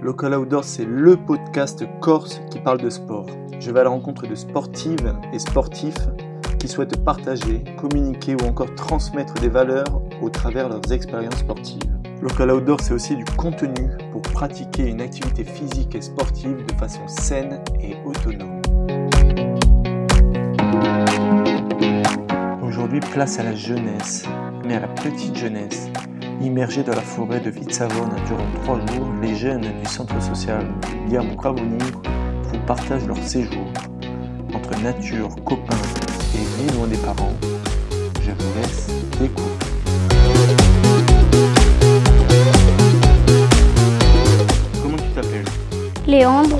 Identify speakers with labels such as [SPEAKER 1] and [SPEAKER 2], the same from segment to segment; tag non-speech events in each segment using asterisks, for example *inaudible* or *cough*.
[SPEAKER 1] Le Call Outdoor, c'est le podcast corse qui parle de sport. Je vais à la rencontre de sportives et sportifs qui souhaitent partager, communiquer ou encore transmettre des valeurs au travers de leurs expériences sportives. Local Outdoor, c'est aussi du contenu pour pratiquer une activité physique et sportive de façon saine et autonome. Aujourd'hui, place à la jeunesse, mais à la petite jeunesse. Immergés dans la forêt de Vitsavone durant trois jours, les jeunes du centre social Guillermo Cravonnier vous partagent leur séjour. Entre nature, copains et vie loin des parents, je vous laisse découvrir. Comment tu t'appelles
[SPEAKER 2] Léandre,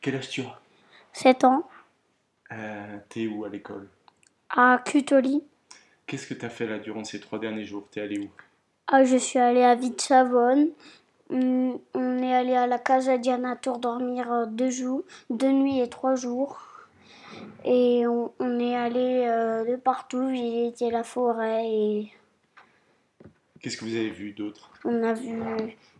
[SPEAKER 1] Quel âge tu as
[SPEAKER 2] 7 ans,
[SPEAKER 1] euh, T'es où à l'école
[SPEAKER 2] à Cutoli.
[SPEAKER 1] Qu'est-ce que t'as fait là durant ces trois derniers jours T'es allé où
[SPEAKER 2] Ah, je suis allée à Vite-Savonne. Hum, On est allé à la Casa Diana Tour dormir euh, deux jours, deux nuits et trois jours. Et on, on est allé euh, de partout, visiter la forêt et
[SPEAKER 1] Qu'est-ce que vous avez vu d'autre
[SPEAKER 2] on a vu,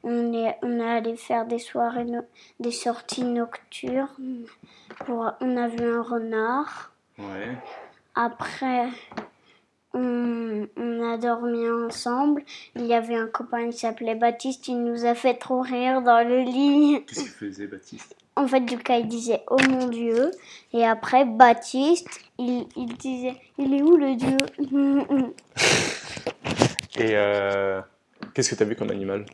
[SPEAKER 2] on est, on est allé faire des soirées, no- des sorties nocturnes. Pour, on a vu un renard.
[SPEAKER 1] Ouais.
[SPEAKER 2] Après, on, on a dormi ensemble. Il y avait un copain qui s'appelait Baptiste. Il nous a fait trop rire dans le lit.
[SPEAKER 1] Qu'est-ce que faisait Baptiste
[SPEAKER 2] En fait, Lucas, il disait Oh mon Dieu. Et après, Baptiste, il, il disait Il est où le Dieu
[SPEAKER 1] Et euh, qu'est-ce que t'as vu comme animal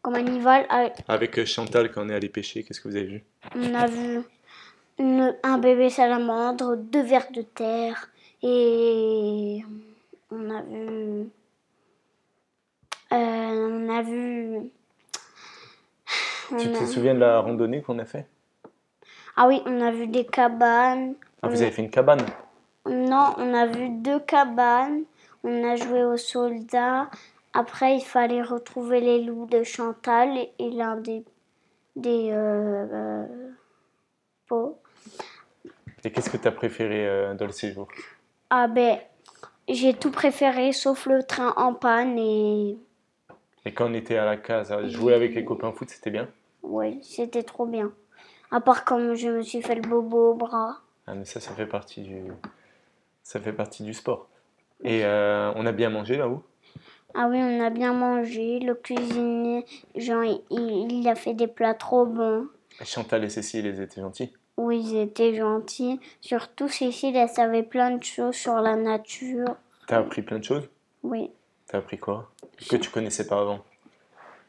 [SPEAKER 2] Comme animal, euh,
[SPEAKER 1] Avec euh, Chantal, quand on est allé pêcher, qu'est-ce que vous avez vu
[SPEAKER 2] on a vu une- un bébé salamandre, deux vers de terre. Et on a vu. euh, on a vu. on
[SPEAKER 1] Tu te
[SPEAKER 2] a-
[SPEAKER 1] souviens de la randonnée qu'on a fait
[SPEAKER 2] Ah oui, on a vu des cabanes.
[SPEAKER 1] Ah, Vous
[SPEAKER 2] Oui.
[SPEAKER 1] avez fait une cabane
[SPEAKER 2] Non, on a vu deux cabanes. On a joué aux soldats. Après, il fallait retrouver les loups de Chantal et, et l'un des, des euh, euh, pots.
[SPEAKER 1] Et qu'est-ce que t'as préféré euh, dans le séjour
[SPEAKER 2] Ah ben, j'ai tout préféré sauf le train en panne et
[SPEAKER 1] Et quand on était à la case, à jouer avec les copains foot, c'était bien
[SPEAKER 2] ouais, c'était trop bien. À part comme je me suis fait le bobo au bras.
[SPEAKER 1] Ah, mais ça, ça fait partie du, ça fait partie du sport. Et euh, on a bien mangé là-haut
[SPEAKER 2] Ah oui, on a bien mangé, le cuisinier, Jean, il, il il a fait des plats trop bons.
[SPEAKER 1] Chantal et Cécile, ils étaient gentils.
[SPEAKER 2] Oui, ils étaient gentils. Surtout Cécile, elle savait plein de choses sur la nature.
[SPEAKER 1] T'as appris plein de choses
[SPEAKER 2] Oui.
[SPEAKER 1] T'as appris quoi Que tu connaissais pas avant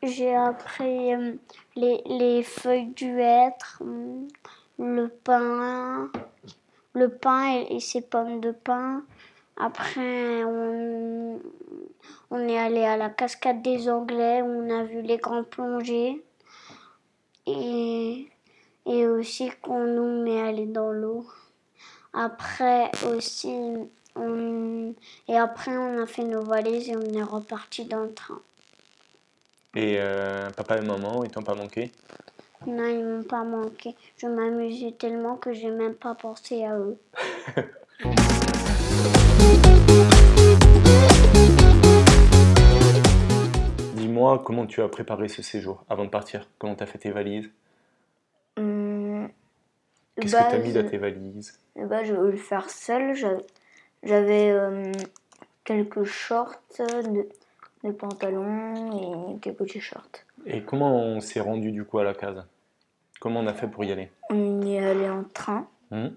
[SPEAKER 2] J'ai appris euh, les, les feuilles du hêtre, hum, le pain, le pain et, et ses pommes de pain. Après, on, on est allé à la cascade des Anglais où on a vu les grands plongées. Et, et aussi qu'on nous met aller dans l'eau. Après aussi, on, et après on a fait nos valises et on est reparti dans le train.
[SPEAKER 1] Et euh, papa et maman, ils t'ont pas manqué
[SPEAKER 2] Non, ils m'ont pas manqué. Je m'amusais tellement que j'ai même pas pensé à eux.
[SPEAKER 1] Dis-moi comment tu as préparé ce séjour avant de partir. Comment t'as fait tes valises
[SPEAKER 3] Hum,
[SPEAKER 1] Qu'est-ce
[SPEAKER 3] bah,
[SPEAKER 1] que t'as mis
[SPEAKER 3] je-
[SPEAKER 1] dans tes valises
[SPEAKER 3] bah, je voulais le faire seul. J'avais euh, quelques shorts, de, de pantalons et quelques t-shirts.
[SPEAKER 1] Et comment on s'est rendu du coup à la case Comment on a fait pour y aller
[SPEAKER 3] On y est allé en train.
[SPEAKER 1] Hmm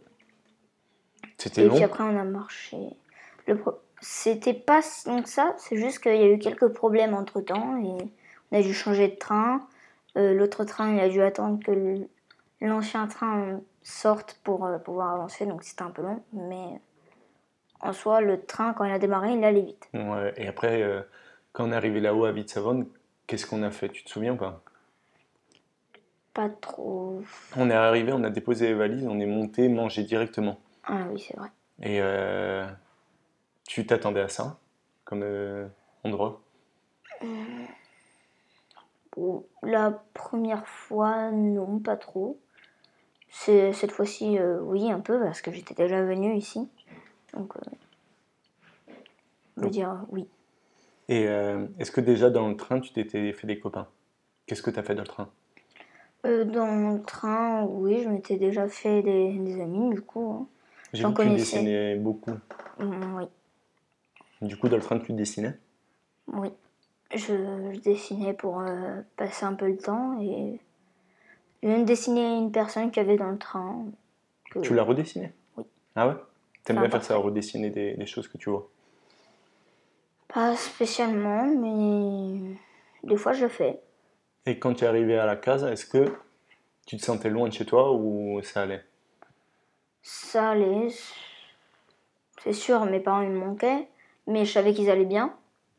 [SPEAKER 1] C'était
[SPEAKER 3] Et
[SPEAKER 1] long
[SPEAKER 3] puis après, on a marché. Le pro- C'était pas si long que ça. C'est juste qu'il y a eu quelques problèmes entre temps. Et on a dû changer de train. Euh, L'autre train, il a dû attendre que l- l'ancien train sorte pour euh, pouvoir avancer. Donc c'était un peu long. Mais en soi, le train, quand il a démarré, il allait vite.
[SPEAKER 1] Ouais, Et après, euh, quand on est arrivé là-haut à Vitsavone, qu'est-ce qu'on a fait Tu te souviens ou pas
[SPEAKER 3] Pas trop.
[SPEAKER 1] On est arrivé, on a déposé les valises, on est monté, mangé directement.
[SPEAKER 3] Ah oui, c'est vrai.
[SPEAKER 1] Et euh, tu t'attendais à ça comme euh, endroit
[SPEAKER 3] Bon, la première fois, non, pas trop. C'est- Cette fois-ci, euh, oui, un peu, parce que j'étais déjà venue ici. Donc, euh, je veux
[SPEAKER 1] Donc-
[SPEAKER 3] dire, oui.
[SPEAKER 1] Et euh, est-ce que déjà dans le train, tu t'étais fait des copains Qu'est-ce que tu as fait dans le train
[SPEAKER 3] Euh, dans le train, oui, je m'étais déjà fait des, des amis, du coup.
[SPEAKER 1] J'ai
[SPEAKER 3] J'en
[SPEAKER 1] vu que tu
[SPEAKER 3] connaissais.
[SPEAKER 1] dessinais beaucoup.
[SPEAKER 3] hein. Mm, Oui,
[SPEAKER 1] Du coup, dans le train, tu dessinais
[SPEAKER 3] oui. Je, je dessinais pour euh, passer un peu le temps et j'ai même dessiné une personne qu'il y avait dans le train. que-
[SPEAKER 1] Tu l'as redessiné
[SPEAKER 3] Oui.
[SPEAKER 1] Ah ouais T'aimes
[SPEAKER 3] Enfin,
[SPEAKER 1] bien faire
[SPEAKER 3] pas
[SPEAKER 1] ça, redessiner des, des choses que tu vois.
[SPEAKER 3] Pas spécialement, mais des fois je le fais.
[SPEAKER 1] Et quand tu es arrivé à la case, est-ce que tu te sentais loin de chez toi ou ça allait
[SPEAKER 3] Ça allait. C'est sûr, mes parents ils me manquaient, mais je savais qu'ils allaient bien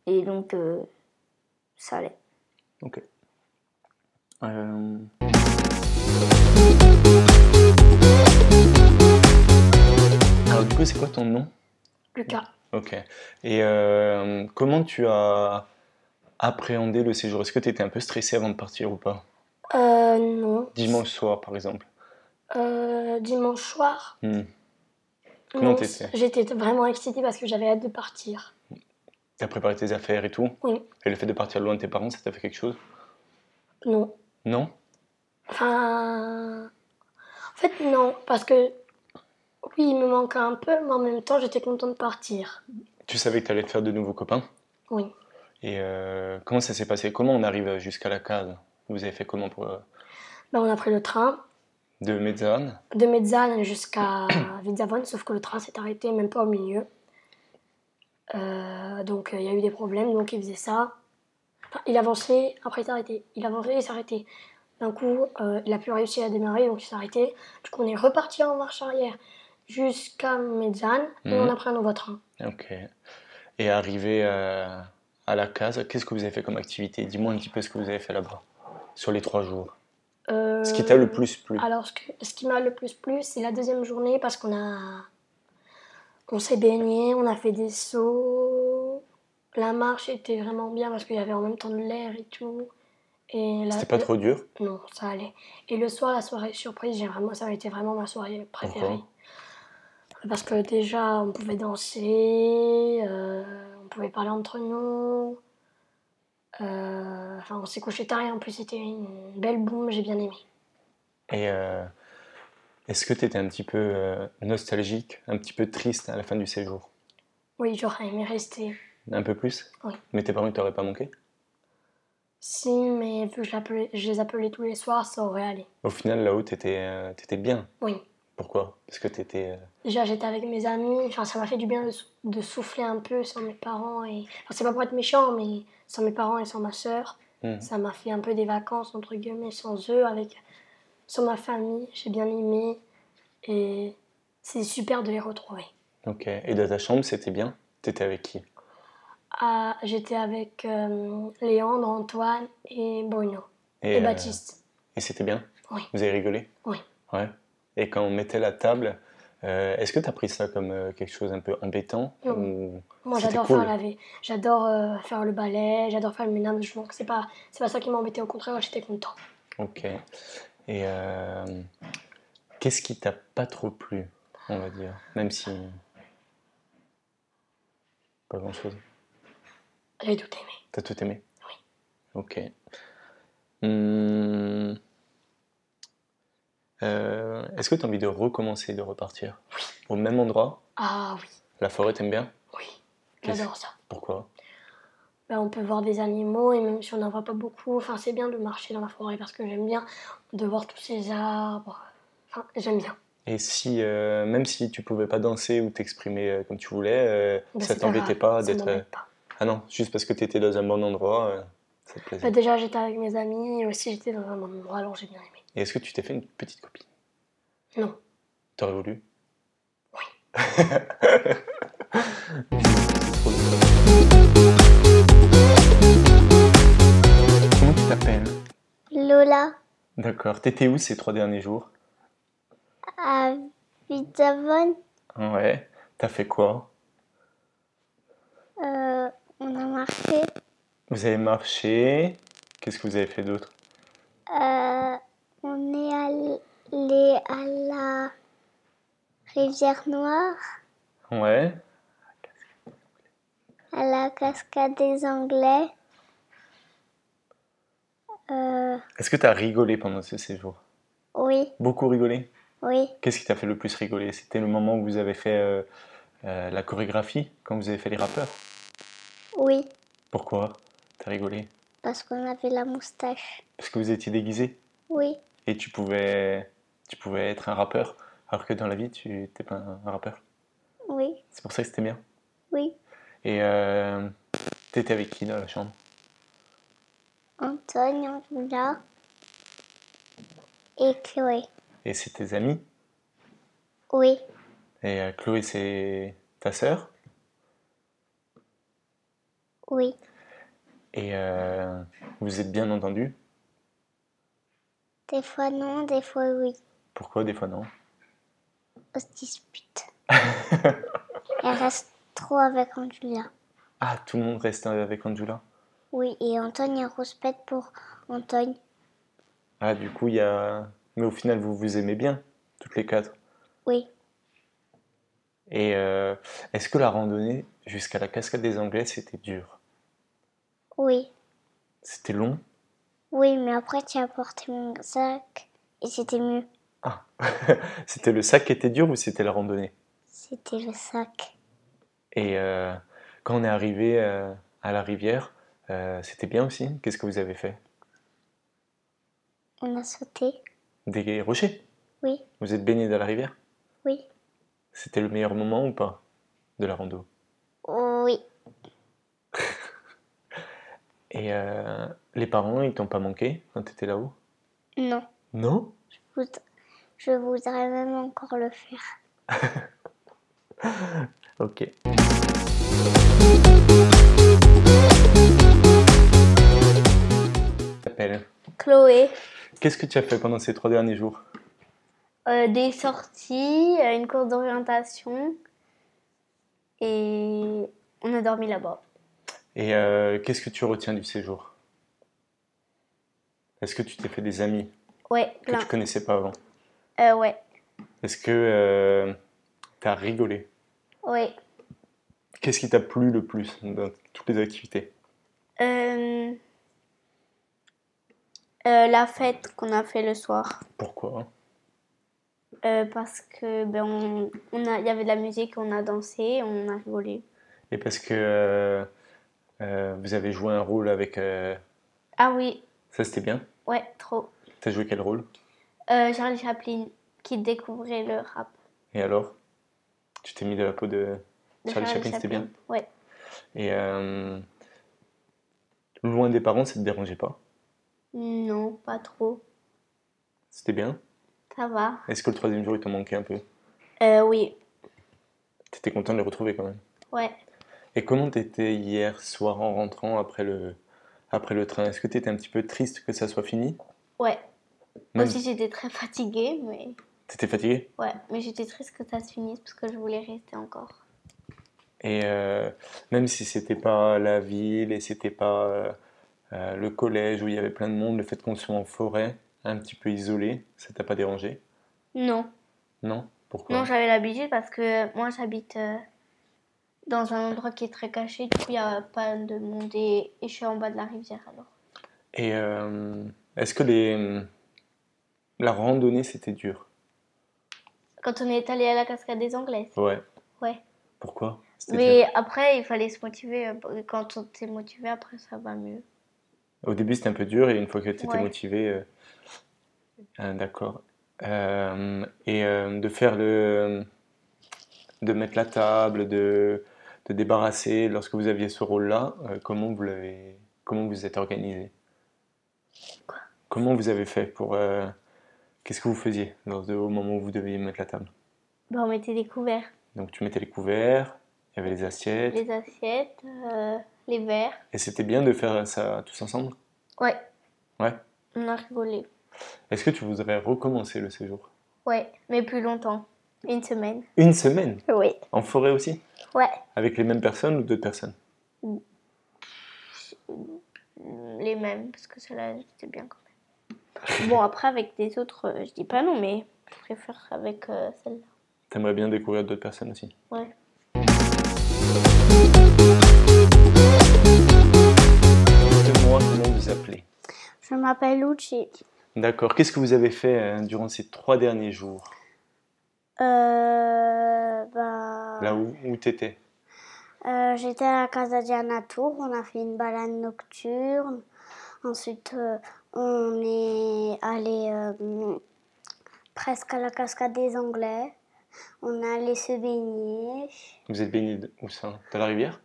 [SPEAKER 3] et donc euh, ça allait.
[SPEAKER 1] Euh, Alors du coup, c'est quoi ton nom
[SPEAKER 3] Lucas.
[SPEAKER 1] Ok. Et euh, comment tu as appréhendé le séjour Est-ce que tu étais un peu stressé avant de partir ou pas
[SPEAKER 4] Euh, non.
[SPEAKER 1] Dimanche soir, par exemple.
[SPEAKER 4] Euh, dimanche soir.
[SPEAKER 1] Hmm. Comment
[SPEAKER 4] non,
[SPEAKER 1] t'étais
[SPEAKER 4] J'étais vraiment excitée parce que j'avais hâte de partir.
[SPEAKER 1] T'as préparé tes affaires et tout
[SPEAKER 4] Oui.
[SPEAKER 1] Et le fait de partir loin de tes parents, ça t'a fait quelque chose
[SPEAKER 4] Non.
[SPEAKER 1] Non
[SPEAKER 4] Enfin. En fait, non. Parce que. Oui, il me manquait un peu, mais en même temps, j'étais contente de partir.
[SPEAKER 1] Tu savais que t'allais te faire de nouveaux copains
[SPEAKER 4] Oui.
[SPEAKER 1] Et euh, comment ça s'est passé Comment on arrive jusqu'à la case Vous avez fait comment pour, euh,
[SPEAKER 4] Ben, on a pris le train
[SPEAKER 1] de Mezzane
[SPEAKER 4] de
[SPEAKER 1] *coughs*
[SPEAKER 4] Mezzane jusqu'à Vizavone, sauf que le train s'est arrêté même pas au milieu. Euh, donc, euh, il y a eu des problèmes, donc il faisait ça. Enfin, il avançait, après il s'arrêtait. Il avançait, il s'arrêtait. D'un coup, euh, il a plus réussi à démarrer, donc il s'est arrêté. Du coup, on est reparti en marche arrière jusqu'à Mezzane, et
[SPEAKER 1] Mhm.
[SPEAKER 4] on a pris un nouveau train.
[SPEAKER 1] Ok. Et arrivé euh, à la case, qu'est-ce que vous avez fait comme activité Dis-moi un petit peu ce que vous avez fait là-bas, sur les trois jours.
[SPEAKER 4] Euh,
[SPEAKER 1] Ce qui t'a le plus plu
[SPEAKER 4] Alors, ce, que- ce qui m'a le plus plu, c'est la deuxième journée parce qu'on a. On s'est baigné, on a fait des sauts. La marche était vraiment bien parce qu'il y avait en même temps de l'air et tout. Et la-
[SPEAKER 1] C'était pas trop dur
[SPEAKER 4] Non, ça allait. Et le soir, la soirée surprise, j'ai vraiment, ça a été vraiment ma soirée préférée.
[SPEAKER 1] Pourquoi
[SPEAKER 4] Parce que déjà, on pouvait danser, euh, on pouvait parler entre nous. Euh, enfin, on s'est couché tard et en plus, c'était une belle boum, j'ai bien aimé.
[SPEAKER 1] Et euh, est-ce que tu étais un petit peu euh, nostalgique, un petit peu triste à la fin du séjour
[SPEAKER 4] Oui, j'aurais aimé rester.
[SPEAKER 1] Un peu plus
[SPEAKER 4] Oui.
[SPEAKER 1] Mais tes parents, ils t'auraient pas manqué
[SPEAKER 4] Si, mais vu que je, l'appelais- je les appelais tous les soirs, ça aurait allé.
[SPEAKER 1] Au final, là-haut, t'étais euh, t'étais bien.
[SPEAKER 4] Oui.
[SPEAKER 1] Pourquoi Parce que t'étais... euh,
[SPEAKER 4] Déjà, j'étais avec mes amis. Enfin, ça m'a fait du bien de, sou- de souffler un peu sans mes parents. Et... Enfin, c'est pas pour être méchant, mais sans mes parents et sans ma sœur.
[SPEAKER 1] Mhm.
[SPEAKER 4] Ça m'a fait un peu des vacances, entre guillemets, sans eux, avec... sans ma famille. J'ai bien aimé. Et c'est super de les retrouver.
[SPEAKER 1] Ok. Et dans ta chambre, c'était bien T'étais avec qui
[SPEAKER 4] Ah, J'étais avec euh, Léandre, Antoine et Bruno. Et,
[SPEAKER 1] euh,
[SPEAKER 4] Baptiste.
[SPEAKER 1] Et c'était bien
[SPEAKER 4] Oui.
[SPEAKER 1] Vous avez rigolé
[SPEAKER 4] Oui.
[SPEAKER 1] Ouais. Et quand on mettait la table, euh, est-ce que tu as pris ça comme euh, quelque chose un peu embêtant
[SPEAKER 4] Non.
[SPEAKER 1] ou-
[SPEAKER 4] Moi,
[SPEAKER 1] C'était
[SPEAKER 4] j'adore
[SPEAKER 1] cool.
[SPEAKER 4] faire la V. J'adore euh, faire le ballet, j'adore faire le ménage. Je pense que c'est pas, c'est pas ça qui m'embêtait. Au contraire, j'étais content.
[SPEAKER 1] Ok. Et euh, qu'est-ce qui t'a pas trop plu, on va dire Même si. Pas grand-chose.
[SPEAKER 4] J'ai tout aimé.
[SPEAKER 1] T'as tout aimé
[SPEAKER 4] Oui.
[SPEAKER 1] Ok. Hum. Euh, Est-ce que tu as envie de recommencer, de repartir Au même endroit
[SPEAKER 4] Ah oui,
[SPEAKER 1] La forêt, t'aimes bien
[SPEAKER 4] oui.
[SPEAKER 1] Qu'est-ce-
[SPEAKER 4] J'adore ça.
[SPEAKER 1] Pourquoi
[SPEAKER 4] Ben, on peut voir des animaux et même si on n'en voit pas beaucoup, enfin, c'est bien de marcher dans la forêt parce que j'aime bien de voir tous ces arbres. Enfin, j'aime bien.
[SPEAKER 1] Et si, euh, même si tu pouvais pas danser ou t'exprimer euh, comme tu voulais, euh,
[SPEAKER 4] Ben,
[SPEAKER 1] ça
[SPEAKER 4] c'est pas
[SPEAKER 1] t'embêtait
[SPEAKER 4] grave,
[SPEAKER 1] pas
[SPEAKER 4] ça
[SPEAKER 1] d'être.
[SPEAKER 4] m'embête pas.
[SPEAKER 1] euh, Ah non, juste parce que tu étais dans un bon endroit, euh, ça te plaisait.
[SPEAKER 4] Ben, déjà, j'étais avec mes amis et aussi j'étais dans un endroit, alors j'ai bien aimé.
[SPEAKER 1] Et est-ce que tu t'es fait une petite copine
[SPEAKER 4] Non.
[SPEAKER 1] T'aurais voulu
[SPEAKER 4] Oui.
[SPEAKER 1] C'est trop bien. *laughs* Comment tu t'appelles
[SPEAKER 2] Lola
[SPEAKER 1] D'accord. T'étais où ces trois derniers jours
[SPEAKER 2] à Vitavon,
[SPEAKER 1] Ouais. T'as fait quoi
[SPEAKER 2] euh, on a marché.
[SPEAKER 1] Vous avez marché. Qu'est-ce que vous avez fait d'autre
[SPEAKER 2] Euh, on est allé à la rivière Noire,
[SPEAKER 1] Ouais.
[SPEAKER 2] à la cascade des Anglais. Euh,
[SPEAKER 1] Est-ce que tu as rigolé pendant ce séjour
[SPEAKER 2] Oui,
[SPEAKER 1] Beaucoup rigolé
[SPEAKER 2] oui.
[SPEAKER 1] Qu'est-ce qui t'a fait le plus rigoler C'était le moment où vous avez fait euh, euh, la chorégraphie, quand vous avez fait les rappeurs
[SPEAKER 2] Oui,
[SPEAKER 1] Pourquoi T'as rigolé
[SPEAKER 2] parce qu'on avait la moustache.
[SPEAKER 1] Parce que vous étiez déguisé
[SPEAKER 2] Oui,
[SPEAKER 1] et tu pouvais, tu pouvais être un rappeur, alors que dans la vie, tu t'es pas un un rappeur.
[SPEAKER 2] oui,
[SPEAKER 1] C'est pour ça que c'était bien.
[SPEAKER 2] oui.
[SPEAKER 1] Et euh, t'étais avec qui dans la chambre
[SPEAKER 2] Antoine, Angela et Chloé.
[SPEAKER 1] Et c'est tes amis
[SPEAKER 2] Oui,
[SPEAKER 1] Et euh, Chloé, c'est ta sœur
[SPEAKER 2] oui,
[SPEAKER 1] Et euh, vous êtes bien entendu
[SPEAKER 2] des fois non, des fois oui.
[SPEAKER 1] Pourquoi des fois non
[SPEAKER 2] On se dispute. Elle reste trop avec Angela.
[SPEAKER 1] Ah, tout le monde reste avec Angela
[SPEAKER 2] Oui, et Antoine, il respecte pour Antoine.
[SPEAKER 1] Ah, du coup, il y a... Mais au final, vous vous aimez bien, toutes les quatre.
[SPEAKER 2] Oui.
[SPEAKER 1] Et euh, est-ce que la randonnée jusqu'à la cascade des Anglais, c'était dur
[SPEAKER 2] Oui,
[SPEAKER 1] C'était long
[SPEAKER 2] oui, mais après, tu as apporté mon sac et c'était mieux.
[SPEAKER 1] C'était le sac qui était dur ou c'était la randonnée
[SPEAKER 2] C'était le sac.
[SPEAKER 1] Et euh, quand on est arrivé euh, à la rivière, euh, c'était bien aussi Qu'est-ce que vous avez fait
[SPEAKER 2] On a sauté.
[SPEAKER 1] Des rochers
[SPEAKER 2] Oui,
[SPEAKER 1] Vous êtes baigné dans la rivière
[SPEAKER 2] oui,
[SPEAKER 1] C'était le meilleur moment ou pas de la rando
[SPEAKER 2] oui.
[SPEAKER 1] Et euh, les parents, ils t'ont pas manqué quand t'étais là-haut
[SPEAKER 2] Non,
[SPEAKER 1] Non
[SPEAKER 2] je voudrais- je voudrais même encore le faire.
[SPEAKER 1] Ok. T'appelles.
[SPEAKER 3] Chloé,
[SPEAKER 1] Qu'est-ce que tu as fait pendant ces trois derniers jours
[SPEAKER 3] euh, des sorties, euh, une course d'orientation et on a dormi là-bas.
[SPEAKER 1] Et euh, qu'est-ce que tu retiens du séjour Est-ce que tu t'es fait des amis
[SPEAKER 3] Ouais,
[SPEAKER 1] que
[SPEAKER 3] plein.
[SPEAKER 1] tu connaissais pas avant
[SPEAKER 3] Euh, ouais,
[SPEAKER 1] Est-ce que euh, t'as rigolé
[SPEAKER 3] ouais.
[SPEAKER 1] Qu'est-ce qui t'a plu le plus dans toutes les activités
[SPEAKER 3] Euh, euh, la fête qu'on a fait le soir.
[SPEAKER 1] Pourquoi
[SPEAKER 3] euh, parce que ben on, on a, il y avait de la musique, on a dansé, on a rigolé.
[SPEAKER 1] Et parce que euh, euh, vous avez joué un rôle avec. euh,
[SPEAKER 3] Ah oui,
[SPEAKER 1] Ça, c'était bien.
[SPEAKER 3] ouais, trop.
[SPEAKER 1] T'as joué quel rôle
[SPEAKER 3] Euh, Charlie Chaplin qui découvrait le rap.
[SPEAKER 1] Et alors Tu t'es mis dans la peau de.
[SPEAKER 3] de
[SPEAKER 1] Charlie Chaplin, c'était bien.
[SPEAKER 3] Ouais.
[SPEAKER 1] Et. euh, Loin des parents, ça te dérangeait pas
[SPEAKER 3] Non, pas trop.
[SPEAKER 1] C'était bien
[SPEAKER 3] Ça va.
[SPEAKER 1] Est-ce que le troisième jour, il t'en manquait un peu
[SPEAKER 3] Euh, oui,
[SPEAKER 1] T'étais content de les retrouver quand même
[SPEAKER 3] ouais.
[SPEAKER 1] Et comment t'étais hier soir en rentrant après le, après le train Est-ce que t'étais un petit peu triste que ça soit fini
[SPEAKER 3] Ouais. Moi
[SPEAKER 1] Même-
[SPEAKER 3] aussi, j'étais très fatiguée, mais
[SPEAKER 1] T'étais fatigué
[SPEAKER 3] ouais. Mais j'étais triste que ça se finisse parce que je voulais rester encore.
[SPEAKER 1] Et euh, même si c'était pas la ville et c'était pas euh, euh, le collège où il y avait plein de monde, le fait qu'on soit en forêt, un petit peu isolé, ça t'a pas dérangé
[SPEAKER 3] Non,
[SPEAKER 1] Non Pourquoi
[SPEAKER 3] non, j'avais l'habitude parce que moi, j'habite euh, dans un endroit qui est très caché. Du coup, il n'y a pas de monde et, et je suis en bas de la rivière alors.
[SPEAKER 1] Et euh, est-ce que les... la randonnée, c'était dur
[SPEAKER 3] Quand on est allé à la cascade des Anglaises.
[SPEAKER 1] Ouais.
[SPEAKER 3] Ouais.
[SPEAKER 1] Pourquoi C'était dur
[SPEAKER 3] Mais après, il fallait se motiver. euh, Quand on s'est motivé, après, ça va mieux.
[SPEAKER 1] Au début, c'était un peu dur et une fois que tu étais
[SPEAKER 3] Ouais.
[SPEAKER 1] motivé, euh, ah, d'accord. Euh, et euh, de faire le, de mettre la table, de, de débarrasser. Lorsque vous aviez ce rôle-là, euh, comment vous l'avez, comment vous êtes organisé
[SPEAKER 3] Quoi
[SPEAKER 1] Comment vous avez fait pour euh, Qu'est-ce que vous faisiez lors de, au moment où vous deviez mettre la table
[SPEAKER 3] Bah, on mettait des couverts.
[SPEAKER 1] Donc tu mettais les couverts, il y avait les assiettes,
[SPEAKER 3] les assiettes, euh, les verres.
[SPEAKER 1] et c'était bien de faire ça tous ensemble.
[SPEAKER 3] Ouais.
[SPEAKER 1] Ouais.
[SPEAKER 3] On a rigolé.
[SPEAKER 1] Est-ce que tu voudrais recommencer le séjour
[SPEAKER 3] Ouais, mais plus longtemps. Une semaine.
[SPEAKER 1] Une semaine
[SPEAKER 3] Oui.
[SPEAKER 1] En forêt aussi
[SPEAKER 3] Ouais.
[SPEAKER 1] Avec les mêmes personnes ou d'autres personnes
[SPEAKER 3] Les mêmes, parce que cela, c'était bien quand même. bon, après, avec des autres, euh, je dis pas non, mais je préfère avec euh, celle-là.
[SPEAKER 1] T'aimerais bien découvrir d'autres personnes aussi
[SPEAKER 3] Ouais.
[SPEAKER 1] Dites-moi comment vous appelez.
[SPEAKER 2] Je m'appelle Lucci.
[SPEAKER 1] D'accord. Qu'est-ce que vous avez fait euh, durant ces trois derniers jours
[SPEAKER 2] Euh, bah,
[SPEAKER 1] Là où, où t'étais
[SPEAKER 2] euh, J'étais à la Casa Diana Tour, on a fait une balade nocturne. Ensuite, euh, on est allé euh, presque à la cascade des Anglais. On est allé se baigner
[SPEAKER 1] Vous êtes baigné de- où ça Dans la rivière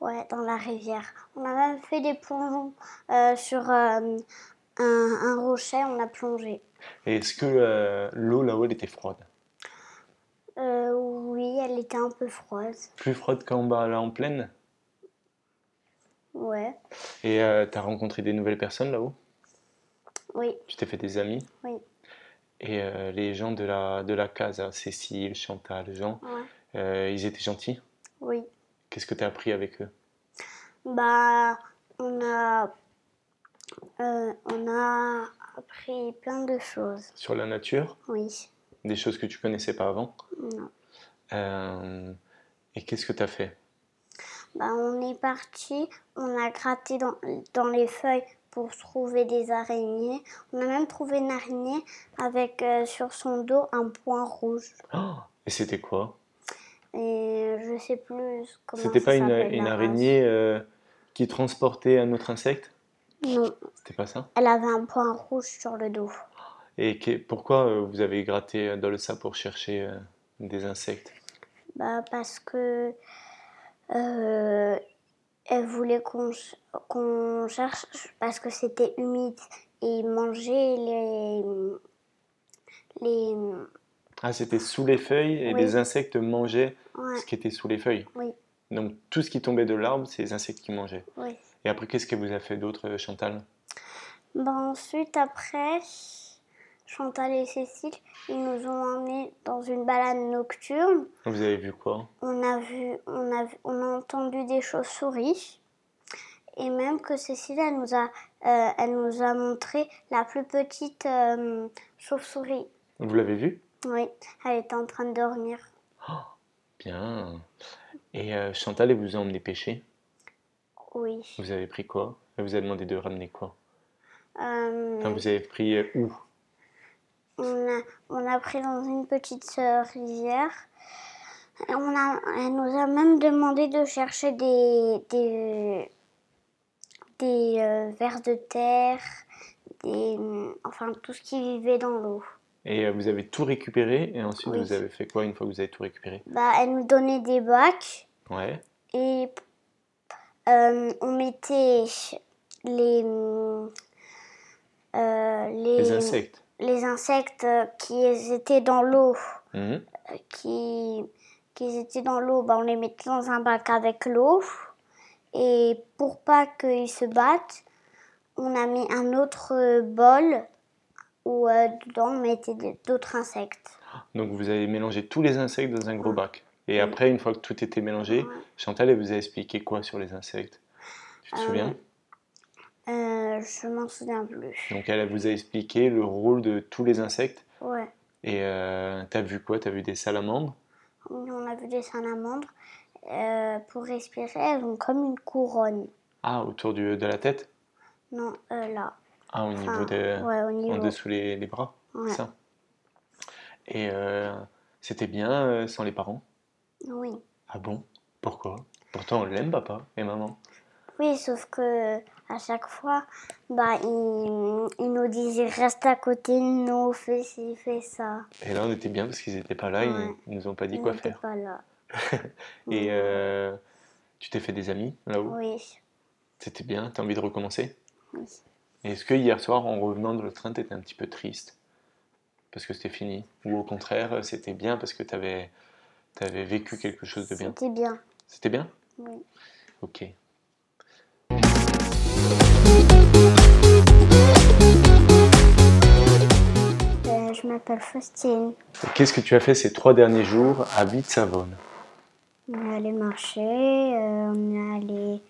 [SPEAKER 2] ouais, dans la rivière. On a même fait des plongeons euh, sur euh, un, un rocher, on a plongé.
[SPEAKER 1] Et est-ce que euh, l'eau là-haut elle était froide
[SPEAKER 2] Euh, oui, elle était un peu froide.
[SPEAKER 1] Plus froide qu'en bas là en plaine
[SPEAKER 2] Ouais,
[SPEAKER 1] Et euh, t'as rencontré des nouvelles personnes là-haut
[SPEAKER 2] oui.
[SPEAKER 1] Tu t'es fait des amis
[SPEAKER 2] Oui.
[SPEAKER 1] Et euh, les gens de la, de la casa, Cécile, Chantal, Jean,
[SPEAKER 2] Ouais.
[SPEAKER 1] euh, ils étaient gentils
[SPEAKER 2] Oui.
[SPEAKER 1] Qu'est-ce que t'as appris avec eux
[SPEAKER 2] Bah, on a, euh, on a appris plein de choses.
[SPEAKER 1] Sur la nature
[SPEAKER 2] Oui.
[SPEAKER 1] Des choses que tu connaissais pas avant
[SPEAKER 2] Non.
[SPEAKER 1] Euh, Et qu'est-ce que t'as fait
[SPEAKER 2] Bah, on est parti, on a gratté dans, dans les feuilles pour trouver des araignées. On a même trouvé une araignée avec euh, sur son dos un point rouge.
[SPEAKER 1] Oh Et c'était quoi
[SPEAKER 2] Et je sais plus comment
[SPEAKER 1] C'était
[SPEAKER 2] ça
[SPEAKER 1] pas une,
[SPEAKER 2] s'appelle,
[SPEAKER 1] une
[SPEAKER 2] la race.
[SPEAKER 1] araignée euh, qui transportait un autre insecte
[SPEAKER 2] Non,
[SPEAKER 1] C'était pas ça
[SPEAKER 2] elle avait un point rouge sur le dos.
[SPEAKER 1] Et que- pourquoi euh, vous avez gratté dans le sable pour chercher euh, des insectes
[SPEAKER 2] Bah parce que euh, elle voulait qu'on ch- qu'on cherche parce que c'était humide et ils mangeaient les les
[SPEAKER 1] Ah, c'était sous les feuilles et
[SPEAKER 2] Oui.
[SPEAKER 1] les insectes mangeaient
[SPEAKER 2] ouais,
[SPEAKER 1] ce qui était sous les feuilles.
[SPEAKER 2] Oui.
[SPEAKER 1] Donc tout ce qui tombait de l'arbre, c'est les insectes qui mangeaient.
[SPEAKER 2] ouais.
[SPEAKER 1] Et après, qu'est-ce que vous a fait d'autre, euh, Chantal
[SPEAKER 2] Bah ensuite après Chantal et Cécile ils nous ont emmenés dans une balade nocturne.
[SPEAKER 1] Vous avez vu quoi
[SPEAKER 2] On a vu on a vu- on a entendu des chauves-souris. Et même que Cécile, elle nous a, euh, elle nous a montré la plus petite euh, chauve-souris.
[SPEAKER 1] Vous l'avez vu
[SPEAKER 2] Oui, elle était en train de dormir.
[SPEAKER 1] Bien. Et euh, Chantal, elle vous a emmené pêcher.
[SPEAKER 2] Oui.
[SPEAKER 1] Vous avez pris quoi Elle vous a demandé de ramener quoi
[SPEAKER 2] Euh,
[SPEAKER 1] Enfin, Vous avez pris euh, où
[SPEAKER 2] on, a, on a pris dans une petite euh, rivière. Et on a, elle nous a même demandé de chercher des, des, des euh, vers de terre, des, hum, enfin tout ce qui vivait dans l'eau.
[SPEAKER 1] Et euh, vous avez tout récupéré. Et ensuite,
[SPEAKER 2] Oui.
[SPEAKER 1] vous avez fait quoi une fois que vous avez tout récupéré
[SPEAKER 2] Bah, elle nous donnait des bacs
[SPEAKER 1] Ouais.
[SPEAKER 2] et euh, on mettait les, hum, euh,
[SPEAKER 1] Les insectes.
[SPEAKER 2] les insectes euh, qui étaient dans l'eau,
[SPEAKER 1] Mhm.
[SPEAKER 2] euh, qui, qui étaient dans l'eau, bah, on les mettait dans un bac avec l'eau. Et pour pas qu'ils se battent, on a mis un autre euh, bol où euh, dedans on mettait d- d'autres insectes.
[SPEAKER 1] Donc vous avez mélangé tous les insectes dans un gros bac. Et
[SPEAKER 2] Oui.
[SPEAKER 1] après, une fois que tout était mélangé,
[SPEAKER 2] Ouais.
[SPEAKER 1] Chantal, elle vous a expliqué quoi sur les insectes Tu te
[SPEAKER 2] Euh,
[SPEAKER 1] souviens
[SPEAKER 2] Euh, je m'en souviens plus.
[SPEAKER 1] Donc elle vous a expliqué le rôle de tous les insectes.
[SPEAKER 2] Ouais.
[SPEAKER 1] Et euh, t'as vu quoi T'as vu des salamandres
[SPEAKER 2] Nous, On a vu des salamandres. euh, pour respirer, elles ont comme une couronne.
[SPEAKER 1] Ah, autour du- de la tête
[SPEAKER 2] Non, euh, là.
[SPEAKER 1] Ah, au niveau
[SPEAKER 2] Enfin,
[SPEAKER 1] de...
[SPEAKER 2] ouais, au niveau.
[SPEAKER 1] En dessous les, les bras,
[SPEAKER 2] Ouais.
[SPEAKER 1] ça. Et euh, c'était bien euh, sans les parents
[SPEAKER 2] Oui.
[SPEAKER 1] Ah bon Pourquoi Pourtant, on l'aime papa et maman.
[SPEAKER 2] Oui, sauf que à chaque fois, bah, il, il nous disait reste à côté de nous, fais ci, fais ça.
[SPEAKER 1] Et là, on était bien parce qu'ils n'étaient pas là, ils-
[SPEAKER 2] Ouais.
[SPEAKER 1] ils nous ont pas dit
[SPEAKER 2] Il
[SPEAKER 1] quoi
[SPEAKER 2] n'était
[SPEAKER 1] faire.
[SPEAKER 2] pas là.
[SPEAKER 1] Et
[SPEAKER 2] Mm.
[SPEAKER 1] euh, tu t'es fait des amis là-haut
[SPEAKER 2] Oui,
[SPEAKER 1] C'était bien T'as envie de recommencer
[SPEAKER 2] oui.
[SPEAKER 1] Et Est-ce que hier soir, en revenant de le train, t'étais un petit peu triste Parce que c'était fini Ou au contraire, c'était bien parce que t'avais avais vécu quelque chose de bien
[SPEAKER 2] C'était bien.
[SPEAKER 1] C'était bien
[SPEAKER 2] Oui.
[SPEAKER 1] Ok.
[SPEAKER 2] Euh, je m'appelle Faustine.
[SPEAKER 1] Qu'est-ce que tu as fait ces trois derniers jours à Vite-Savone
[SPEAKER 2] On est allé marcher, euh, on est allé,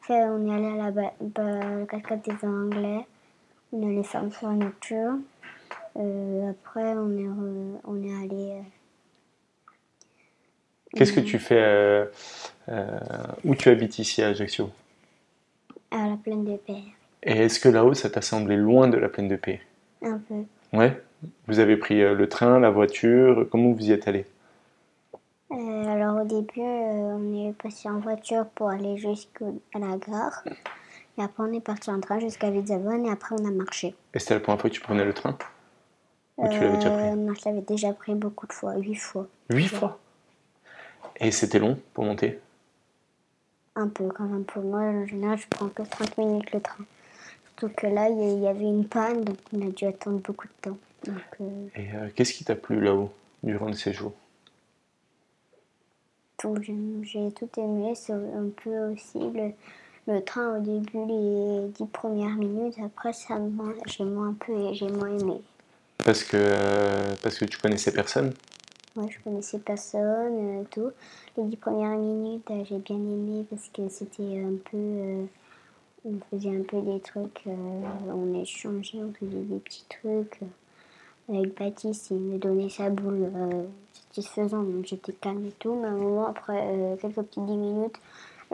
[SPEAKER 2] enfin, on est allé à la ba- ba- cascade des Anglais, on est allé faire une soirée nocturne. Euh, après, on est, re- on est allé. euh,
[SPEAKER 1] Qu'est-ce que tu fais euh, euh, Où tu habites ici à Ajaccio
[SPEAKER 2] À la plaine des pères.
[SPEAKER 1] Et est-ce que là-haut, ça t'a semblé loin de la plaine de P
[SPEAKER 2] un peu.
[SPEAKER 1] Ouais. Vous avez pris euh, le train, la voiture, comment vous y êtes allé
[SPEAKER 2] Euh, alors au début, euh, on est passé en voiture pour aller jusqu'à la gare. Et après, on est parti en train jusqu'à Vizavone et après, on a marché.
[SPEAKER 1] Et c'était la première fois que tu prenais le train Ou Oh, tu l'avais déjà
[SPEAKER 2] Euh,
[SPEAKER 1] pris
[SPEAKER 2] Non, je l'avais déjà pris beaucoup de fois, huit fois.
[SPEAKER 1] Huit fois Et c'était long pour monter
[SPEAKER 2] Un peu quand même pour moi. En général, je prends que 30 minutes le train. Surtout que là, il y- il y avait une panne, donc on a dû attendre beaucoup de temps. Donc, euh,
[SPEAKER 1] Et euh, qu'est-ce qui t'a plu là-haut durant le séjour
[SPEAKER 2] tout, j'ai j'ai tout aimé. C'est un peu aussi le, le train au début, les dix premières minutes. Après, ça m'a- j'ai moins un peu j'ai moins aimé.
[SPEAKER 1] Parce que, euh, parce que tu connaissais personne
[SPEAKER 2] Moi, je connaissais personne, euh, tout. Les dix premières minutes, euh, j'ai bien aimé parce que c'était un peu. euh, on faisait un peu des trucs, euh, on échangeait, on faisait des petits trucs. Avec Baptiste, il me donnait sa boule euh, satisfaisant, donc j'étais calme et tout. Mais à un moment, après euh, quelques petites dix minutes,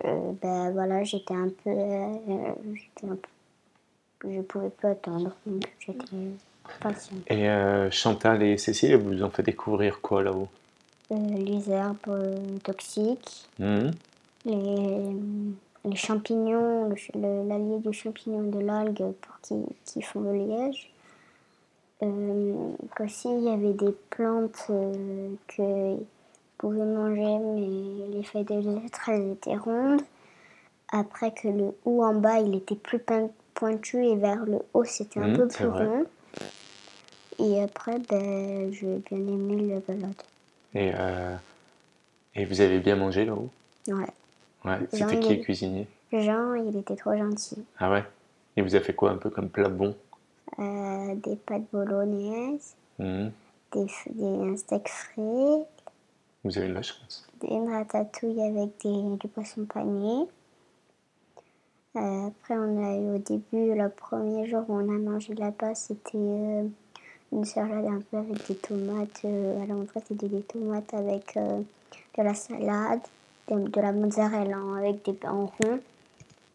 [SPEAKER 2] euh, ben voilà, j'étais un peu. euh, j'étais un peu. Je pouvais plus attendre, donc j'étais patiente.
[SPEAKER 1] Et euh, Chantal et Cécile, elles vous ont fait découvrir quoi là-haut
[SPEAKER 2] Euh, les herbes euh, toxiques.
[SPEAKER 1] Mhm.
[SPEAKER 2] les, les champignons, le ch- le- l'allié du champignon et de l'algue pour qui, qui font le liège. Euh, aussi, il y avait des plantes euh, que pouvaient manger, mais les feuilles de l'être, elles étaient rondes. Après que le haut en bas, il était plus pein- pointu et vers le haut, c'était un
[SPEAKER 1] Mhm,
[SPEAKER 2] peu
[SPEAKER 1] c'est
[SPEAKER 2] plus
[SPEAKER 1] vrai.
[SPEAKER 2] rond. Et après, ben, j'ai bien aimé la balade.
[SPEAKER 1] et, euh, et vous avez bien mangé là-haut
[SPEAKER 2] Ouais.
[SPEAKER 1] Ouais.
[SPEAKER 2] J'en
[SPEAKER 1] C'était qui
[SPEAKER 2] ai-
[SPEAKER 1] le cuisinier
[SPEAKER 2] Jean, il était trop gentil.
[SPEAKER 1] Ah ouais Il vous a fait quoi un peu comme plat bon
[SPEAKER 2] euh, des pâtes bolognaises,
[SPEAKER 1] Mhm.
[SPEAKER 2] des, f- des un steak frit,
[SPEAKER 1] Vous avez de la chance.
[SPEAKER 2] une ratatouille avec des, du poisson pané. Euh, après, on a eu au début, le premier jour où on a mangé là-bas, c'était euh, une salade un peu avec des tomates. euh, à l'entrée, c'était des tomates avec euh, de la salade, de, de la mozzarella en- avec des en rond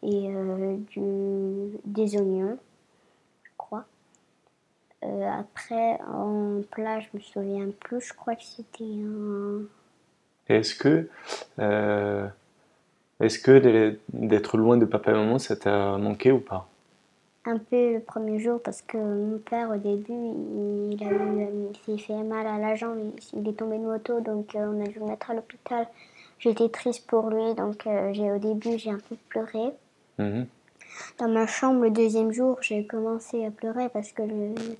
[SPEAKER 2] et euh, du, des oignons, je crois. Euh, après, en plat, je me souviens plus, je crois que c'était un.
[SPEAKER 1] Et Est-ce que, euh, est-ce que d'être- d'être loin de papa et maman, ça t'a manqué ou pas
[SPEAKER 2] un peu le premier jour parce que mon père au début il, a eu- euh, il s'est fait mal à la jambe, il, il est tombé de moto donc euh, on a dû le mettre à l'hôpital. J'étais triste pour lui donc euh, j'ai au début j'ai un peu pleuré.
[SPEAKER 1] Mhm.
[SPEAKER 2] Dans ma chambre le deuxième jour j'ai commencé à pleurer parce que je-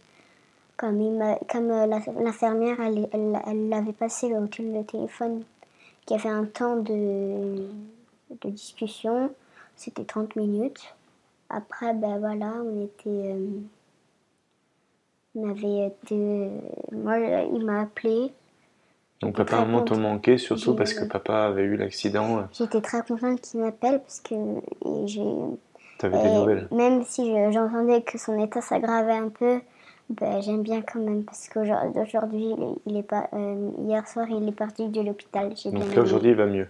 [SPEAKER 2] comme, il m'a- comme euh, la- l'infirmière elle, elle, elle l'avait passé au télé- le téléphone qui avait un temps de, de discussion, c'était 30 minutes. Après, ben voilà, on était. euh, on avait été. Moi, il m'a appelé. J'étais
[SPEAKER 1] Donc papa et
[SPEAKER 2] très
[SPEAKER 1] maman t'ont
[SPEAKER 2] contente.
[SPEAKER 1] manqué, surtout
[SPEAKER 2] J'ai-
[SPEAKER 1] parce que papa avait eu l'accident, euh,
[SPEAKER 2] J'étais très contente qu'il m'appelle parce que et j'ai.
[SPEAKER 1] t'avais des
[SPEAKER 2] et
[SPEAKER 1] nouvelles.
[SPEAKER 2] même si je- j'entendais que son état s'aggravait un peu, ben, j'aime bien quand même parce qu'aujourd'hui, il est pas. euh, hier soir, il est parti de l'hôpital. J'ai bien
[SPEAKER 1] Donc
[SPEAKER 2] aimé.
[SPEAKER 1] là aujourd'hui il va mieux.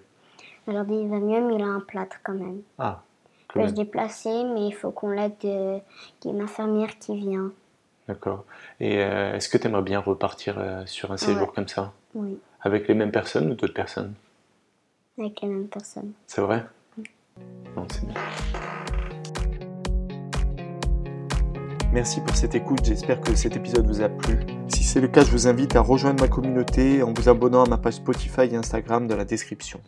[SPEAKER 2] Aujourd'hui, il va mieux, mais il a un plâtre quand même.
[SPEAKER 1] Ah,
[SPEAKER 2] Je
[SPEAKER 1] quand
[SPEAKER 2] peux se
[SPEAKER 1] même.
[SPEAKER 2] déplacer, mais il faut qu'on l'aide. euh, qu'il y ait une infirmière qui vient.
[SPEAKER 1] D'accord. Et euh, est-ce que t'aimerais bien repartir euh, sur un séjour comme ça
[SPEAKER 2] Oui,
[SPEAKER 1] Avec les mêmes personnes ou d'autres personnes
[SPEAKER 2] avec la même personne.
[SPEAKER 1] C'est vrai Non, c'est bien.
[SPEAKER 5] Merci pour cette écoute, j'espère que cet épisode vous a plu. Si c'est le cas, je vous invite à rejoindre ma communauté en vous abonnant à ma page Spotify et Instagram dans la description.